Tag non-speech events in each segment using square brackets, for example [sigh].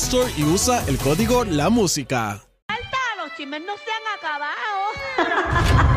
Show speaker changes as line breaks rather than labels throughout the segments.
Store y usa el código La Música.
falta, los chismes no se han acabado.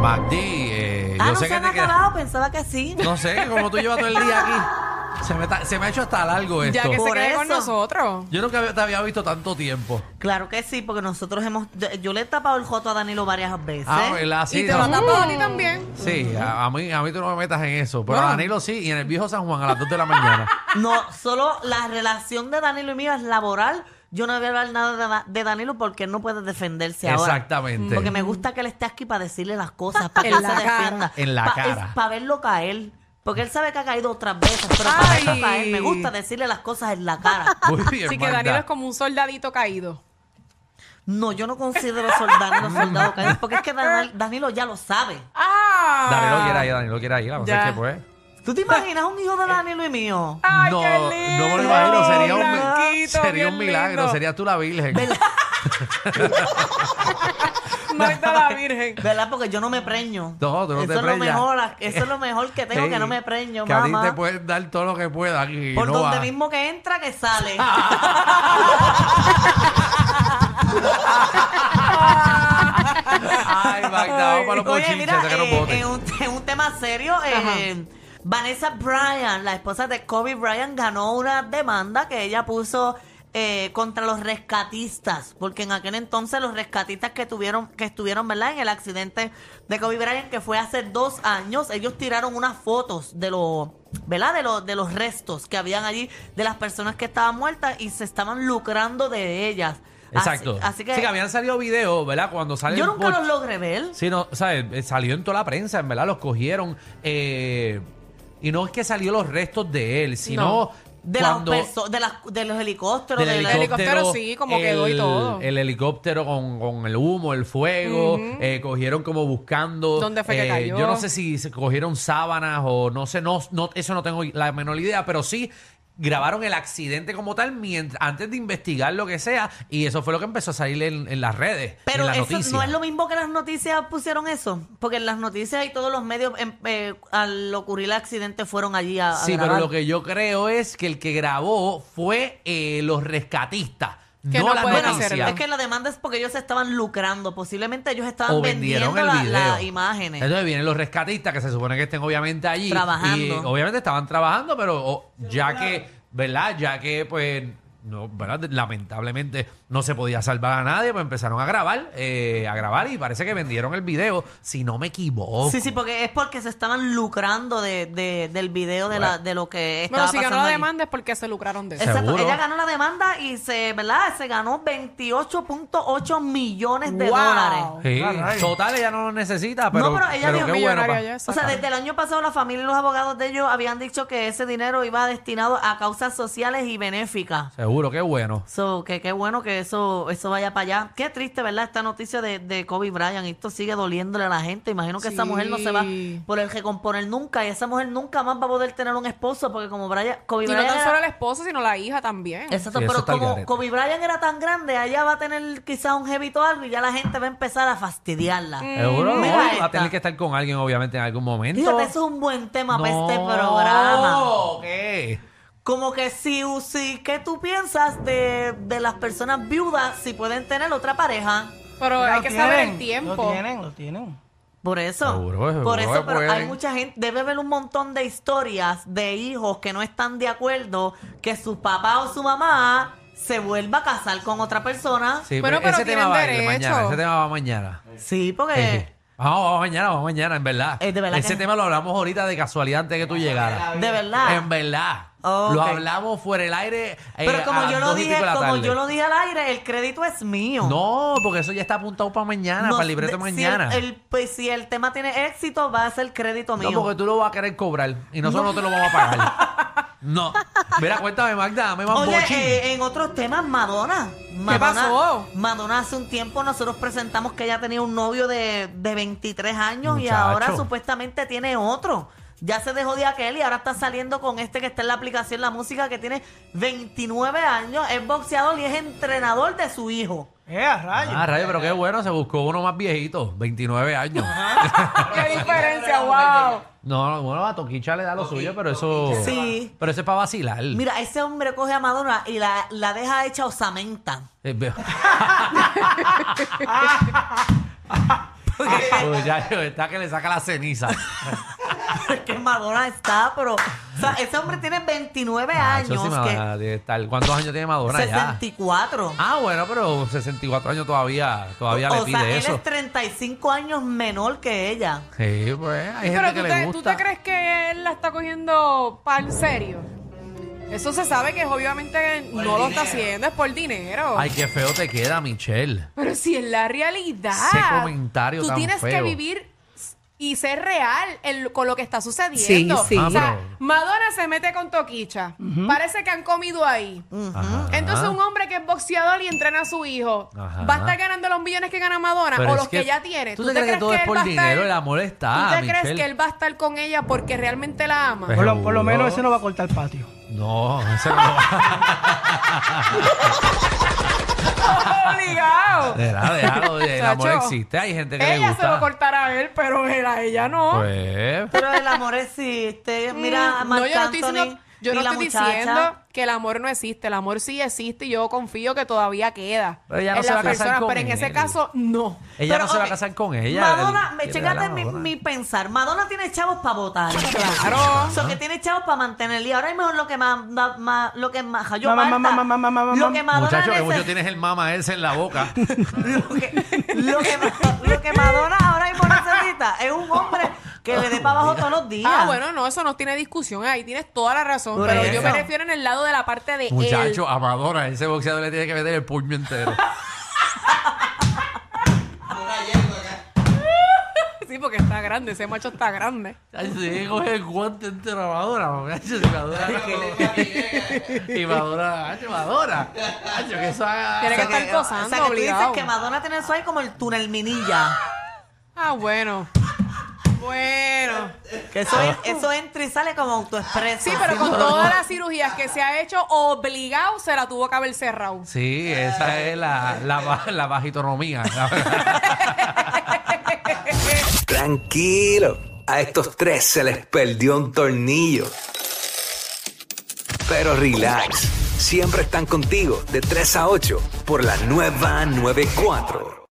Magdi, eh,
Ah,
yo
no
sé
se
que
han
te quedas-
acabado, pensaba que sí.
No sé, como tú llevas todo el día aquí. Se me, ta- se me ha hecho hasta largo esto.
Ya que se
Por
quede con
eso.
nosotros.
Yo nunca había- te había visto tanto tiempo.
Claro que sí, porque nosotros hemos. yo- Yo le he tapado el joto a Danilo varias veces.
Ah, ¿verdad? Sí,
y te lo ha
no.
tapado a ti también.
Sí, a, a mí, a mí tú no me metas en eso. Pero a Danilo sí, y en el viejo San Juan a las 2 de la
[laughs]
mañana.
No, solo la relación de Danilo y mía es laboral. Yo no voy a hablar nada de, Da- de Danilo porque él no puede defenderse ahora.
Exactamente.
Porque me gusta que él esté aquí para decirle las cosas, para que
En
él se
la cara.
defienda.
En la cara.
Para verlo caer. Porque él sabe que ha caído otras veces, pero para
Ay.
verlo caer me gusta decirle las cosas en la cara.
Muy bien,
[laughs] Así que
Magda.
Danilo es como un soldadito caído.
No, yo no considero soldado, soldado caído, porque es que Dan- Danilo ya lo sabe.
¡Ah!
Danilo quiere ir, Danilo quiere ir. Vamos a
Ya.
ver qué pues.
¿Tú te imaginas un hijo de Danilo y mío?
¡Ay,
no,
qué
no
lindo!
me lo imagino. Sería un,
Blanquito,
sería un
bien
milagro.
lindo.
Serías tú la virgen.
¿Verdad?
Magda la Virgen.
¿Verdad? Porque yo no me preño.
No, tú no
eso
te
es lo
preñas.
mejor, Eso es lo mejor que tengo,
Sí,
que no me preño,
Que a ti
mamá.
te pueden dar todo lo que puedan. Y
Por
no
donde
va.
mismo que entra,
[laughs]
que sale.
Ay, Magda, vamos para los
Oye,
bochinches.
mira,
ya que nos
eh,
voten.
en un, [laughs] en un tema serio, eh, Vanessa Bryan, la esposa de Kobe Bryant, ganó una demanda que ella puso eh, contra los rescatistas, porque en aquel entonces los rescatistas que tuvieron, que estuvieron, ¿verdad? En el accidente de Kobe Bryant, que fue hace dos años, ellos tiraron unas fotos de los, ¿verdad? De los, de los restos que habían allí de las personas que estaban muertas y se estaban lucrando de ellas. Así-
Exacto.
Así, que,
Sí, que habían salido videos, ¿verdad? Cuando sale
yo
el
nunca
boch-
los logré ver.
Sí, no, ¿sabes? Eh, Salió en toda la prensa, en verdad, los cogieron. eh, y no es que salió los restos de él, sino
No.
De,
cuando...
las perso- de, las- de los helicópteros,
del
de la-
helicóptero. sí, como quedó y
el-
todo.
El helicóptero con, con el humo, el fuego, eh, cogieron como buscando.
¿Dónde fue que
eh,
cayó?
Yo no sé si se cogieron sábanas o no sé, no, no, eso no tengo la menor idea, pero sí grabaron el accidente como tal mientras, antes de investigar lo que sea y eso fue lo que empezó a salir en, en las redes.
Pero
en la
eso
noticia.
no es lo mismo que las noticias pusieron eso, porque en las noticias y todos los medios em- eh, al ocurrir el accidente fueron allí a, a
Sí, pero
grabar.
lo que yo creo es que el que grabó fue eh, los rescatistas,
Que
no,
no
la
pueden
Bueno,
noticia.
hacerlo.
es que la demanda es porque ellos se estaban lucrando, posiblemente ellos estaban
o vendieron el
vendiendo la-
video.
las imágenes.
Entonces vienen los rescatistas que se supone que estén obviamente allí.
Trabajando.
Y, eh, obviamente estaban trabajando, pero oh, ya que, ¿verdad? Ya que, pues, no, ¿verdad? lamentablemente no se podía salvar a nadie, pues empezaron a grabar, eh, a grabar y parece que vendieron el video, si no me equivoco.
Sí, sí, porque es porque se estaban lucrando de, de- del video de, la, de lo que estaba
Bueno, si ganó
pasando
la
allí.
demanda es porque se lucraron de eso.
Exacto.
Seguro.
Ella ganó la demanda y se, ¿verdad? Se ganó 28.8 millones de
Wow.
dólares.
Sí,
Caray.
total, ella no lo necesita, pero,
No, pero ella dijo
qué bueno.
millonaria
pa-
ya.
O sea, desde el año pasado la familia y los abogados de ellos habían dicho que ese dinero iba destinado a causas sociales y benéficas.
Seguro, qué bueno.
So, que qué bueno que eso eso vaya para allá. Qué triste, ¿verdad? Esta noticia de, de Kobe Bryant. Esto sigue doliéndole a la gente. Imagino que esa
Sí.
mujer no se va a poder recomponer nunca. Y esa mujer nunca más va a poder tener un esposo porque como Bryant, Kobe
Y no
Bryant...
tan
era-
solo la esposa, sino la hija también.
Exacto,
Sí, eso
pero
está al garete.
como Kobe Bryant era tan grande, allá va a tener quizás un jevito o algo y ya la gente va a empezar a fastidiarla.
Mm.
Seguro, no,
Mira
va a
esta.
tener que estar con alguien, obviamente, en algún momento.
Fíjate, eso es un buen tema para este
No,
programa.
¿qué?
Como que si, si ¿qué tú piensas de, de las personas viudas si pueden tener otra pareja?
Pero
Lo
hay que saber
tienen,
el tiempo.
Lo tienen, lo tienen.
Por eso.
Seguro, seguro
por
que
eso, pero hay
pueden.
mucha gente. Debe haber un montón de historias de hijos que no están de acuerdo que su papá o su mamá se vuelva a casar con otra persona. Sí,
Sí,
Bueno, pero
ese tema
tienen
va a ir
derecho.
mañana, ese tema va mañana. Eh,
porque.
Vamos, vamos mañana, vamos mañana, en verdad.
Eh, de verdad
Ese
que-
tema lo hablamos ahorita de casualidad antes de que tú llegaras.
De verdad.
En verdad.
Ok.
Lo hablamos fuera del aire. eh,
Pero
a
como
las
yo lo
dos y
dije,
pico de la
como
tarde.
yo lo dije al aire, el crédito es mío.
No, porque eso ya está apuntado para mañana,
Nos-
para el libreto
de- si
mañana.
el- el- pues, si el tema tiene éxito, va a ser crédito mío.
no, porque tú lo vas a querer cobrar y nosotros no, te lo vamos a pagar. no. Mira, cuéntame, Magda, dame más
Oye,
bochín.
eh, en otros temas, Madonna. Madonna.
pasó?
Madonna hace un tiempo nosotros presentamos que ella tenía un novio de, de 23 años y
Muchacho.
ahora supuestamente tiene otro. Ya se dejó de aquel y ahora está saliendo con este que está en la aplicación La Música que tiene 29 años, es boxeador y es entrenador de su hijo.
Eh, a rayos.
Ah, rayo, pero qué bueno, se buscó uno más viejito, 29 años.
¡Qué diferencia! ¡Wow!
No, bueno, a Toquicha le da lo suyo, pero eso.
Sí.
Pero eso es para vacilar.
Mira, ese hombre coge a Madonna y la, la deja hecha osamenta. [laughs]
Eh,
[laughs]
veo- [laughs] Muchacho, Pues está que le saca la ceniza.
Porque Madonna está, pero... O sea, ese hombre tiene 29
Eso
años.
sí me
que-
va a estar. ¿Cuántos años tiene Madonna ya?
64.
Ah, bueno, pero 64 años todavía, todavía le
o
pide
sea,
eso.
él es 35 años menor que ella.
Sí, pues, hay
Sí,
gente que
pero tú
le
te, tú
gusta.
te crees que él la está cogiendo pa'l serio. Eso se sabe que obviamente no lo está haciendo, es por dinero.
Ay, qué feo te queda, Michelle.
Pero si es la realidad.
Ese comentario
Tú
tan
tienes que
feo.
vivir y ser real en lo- con lo que está sucediendo.
Sí, sí.
Ah,
O sea,
pero-
Madonna se mete con Toquicha. Parece que han comido ahí.
Ajá.
Entonces, un hombre que es boxeador y entrena a su hijo,
Ajá.
¿va a estar ganando los millones que gana Madonna
Pero
o
es
los que, ya tiene?
¿Tú, te crees que todo es
él va
por
a estar-
dinero? El amor está.
¿Tú te crees
Michelle.
que él va a estar con ella porque realmente la ama?
Pues,
Por lo, por lo
Seguro.
menos ese no va a cortar el patio.
No, ese
[laughs]
no. [laughs]
Obligado.
Será, déjalo, oye, el amor
Chacho.
existe, hay gente que le
Ella
gusta.
se lo cortará a él, pero él a ella no.
Pues,
Pero el amor
[laughs]
existe. Mira, a
no,
Marc
yo no estoy
Anthony
diciendo, yo
y
no
la
estoy
muchacha.
diciendo que el amor no existe. El amor sí existe y yo confío que todavía queda.
Pero ella no
en
se
las
va a casar
personas,
con
pero en ese
él.
caso, no.
ella
Pero,
no se va a
ok,
casar con ella.
Madonna,
él
me,
quiere ver a
chécate mi,
Madonna.
mi pensar. Madonna tiene chavos para votar.
Claro.
O sea, que tiene chavos para mantener. Y ahora mismo lo que más. ma- ma- Lo que más. Yo, Marta,
Mamá, mamá, mamá, mamá, mamá,
Lo que
mamá.
Madonna.
Muchacho, que
nece-
mucho tienes el mama ese en la boca.
lo, que, [laughs] lo, que, ma- lo que Madonna ahora mismo necesita es un hombre que le dé para abajo todos los días.
Ah, bueno, no, eso no tiene discusión. Ahí tienes toda la razón.
Por
pero
eso.
yo me refiero en el lado de la parte de
Muchacho, a Madonna, ese boxeador le tiene que meter el puño entero.
él. [laughs] Sí, porque está grande, ese macho está grande.
Ay, sí, coge el guante entero a Madonna. muchacho, y Madonna. no- Y Madonna, ay, Madonna. Ay, que eso haga-
Tiene que
O sea,
estar
o sea,
gozando,
que tú dices
obligado.
que Madonna tiene eso ahí como el túnel minilla.
Ah, bueno. Bueno.
Que eso, en- eso entra y sale como autoexpreso.
Sí, pero
así,
con
¿no?
todas las cirugías que se ha hecho, obligado se la tuvo que haber cerrado. [laughs]
Sí, esa es la, la, ba- la bajitonomía.
Tranquilo, a estos tres se les perdió un tornillo. Pero relax, siempre están contigo de 3 a 8 por la nueva 94.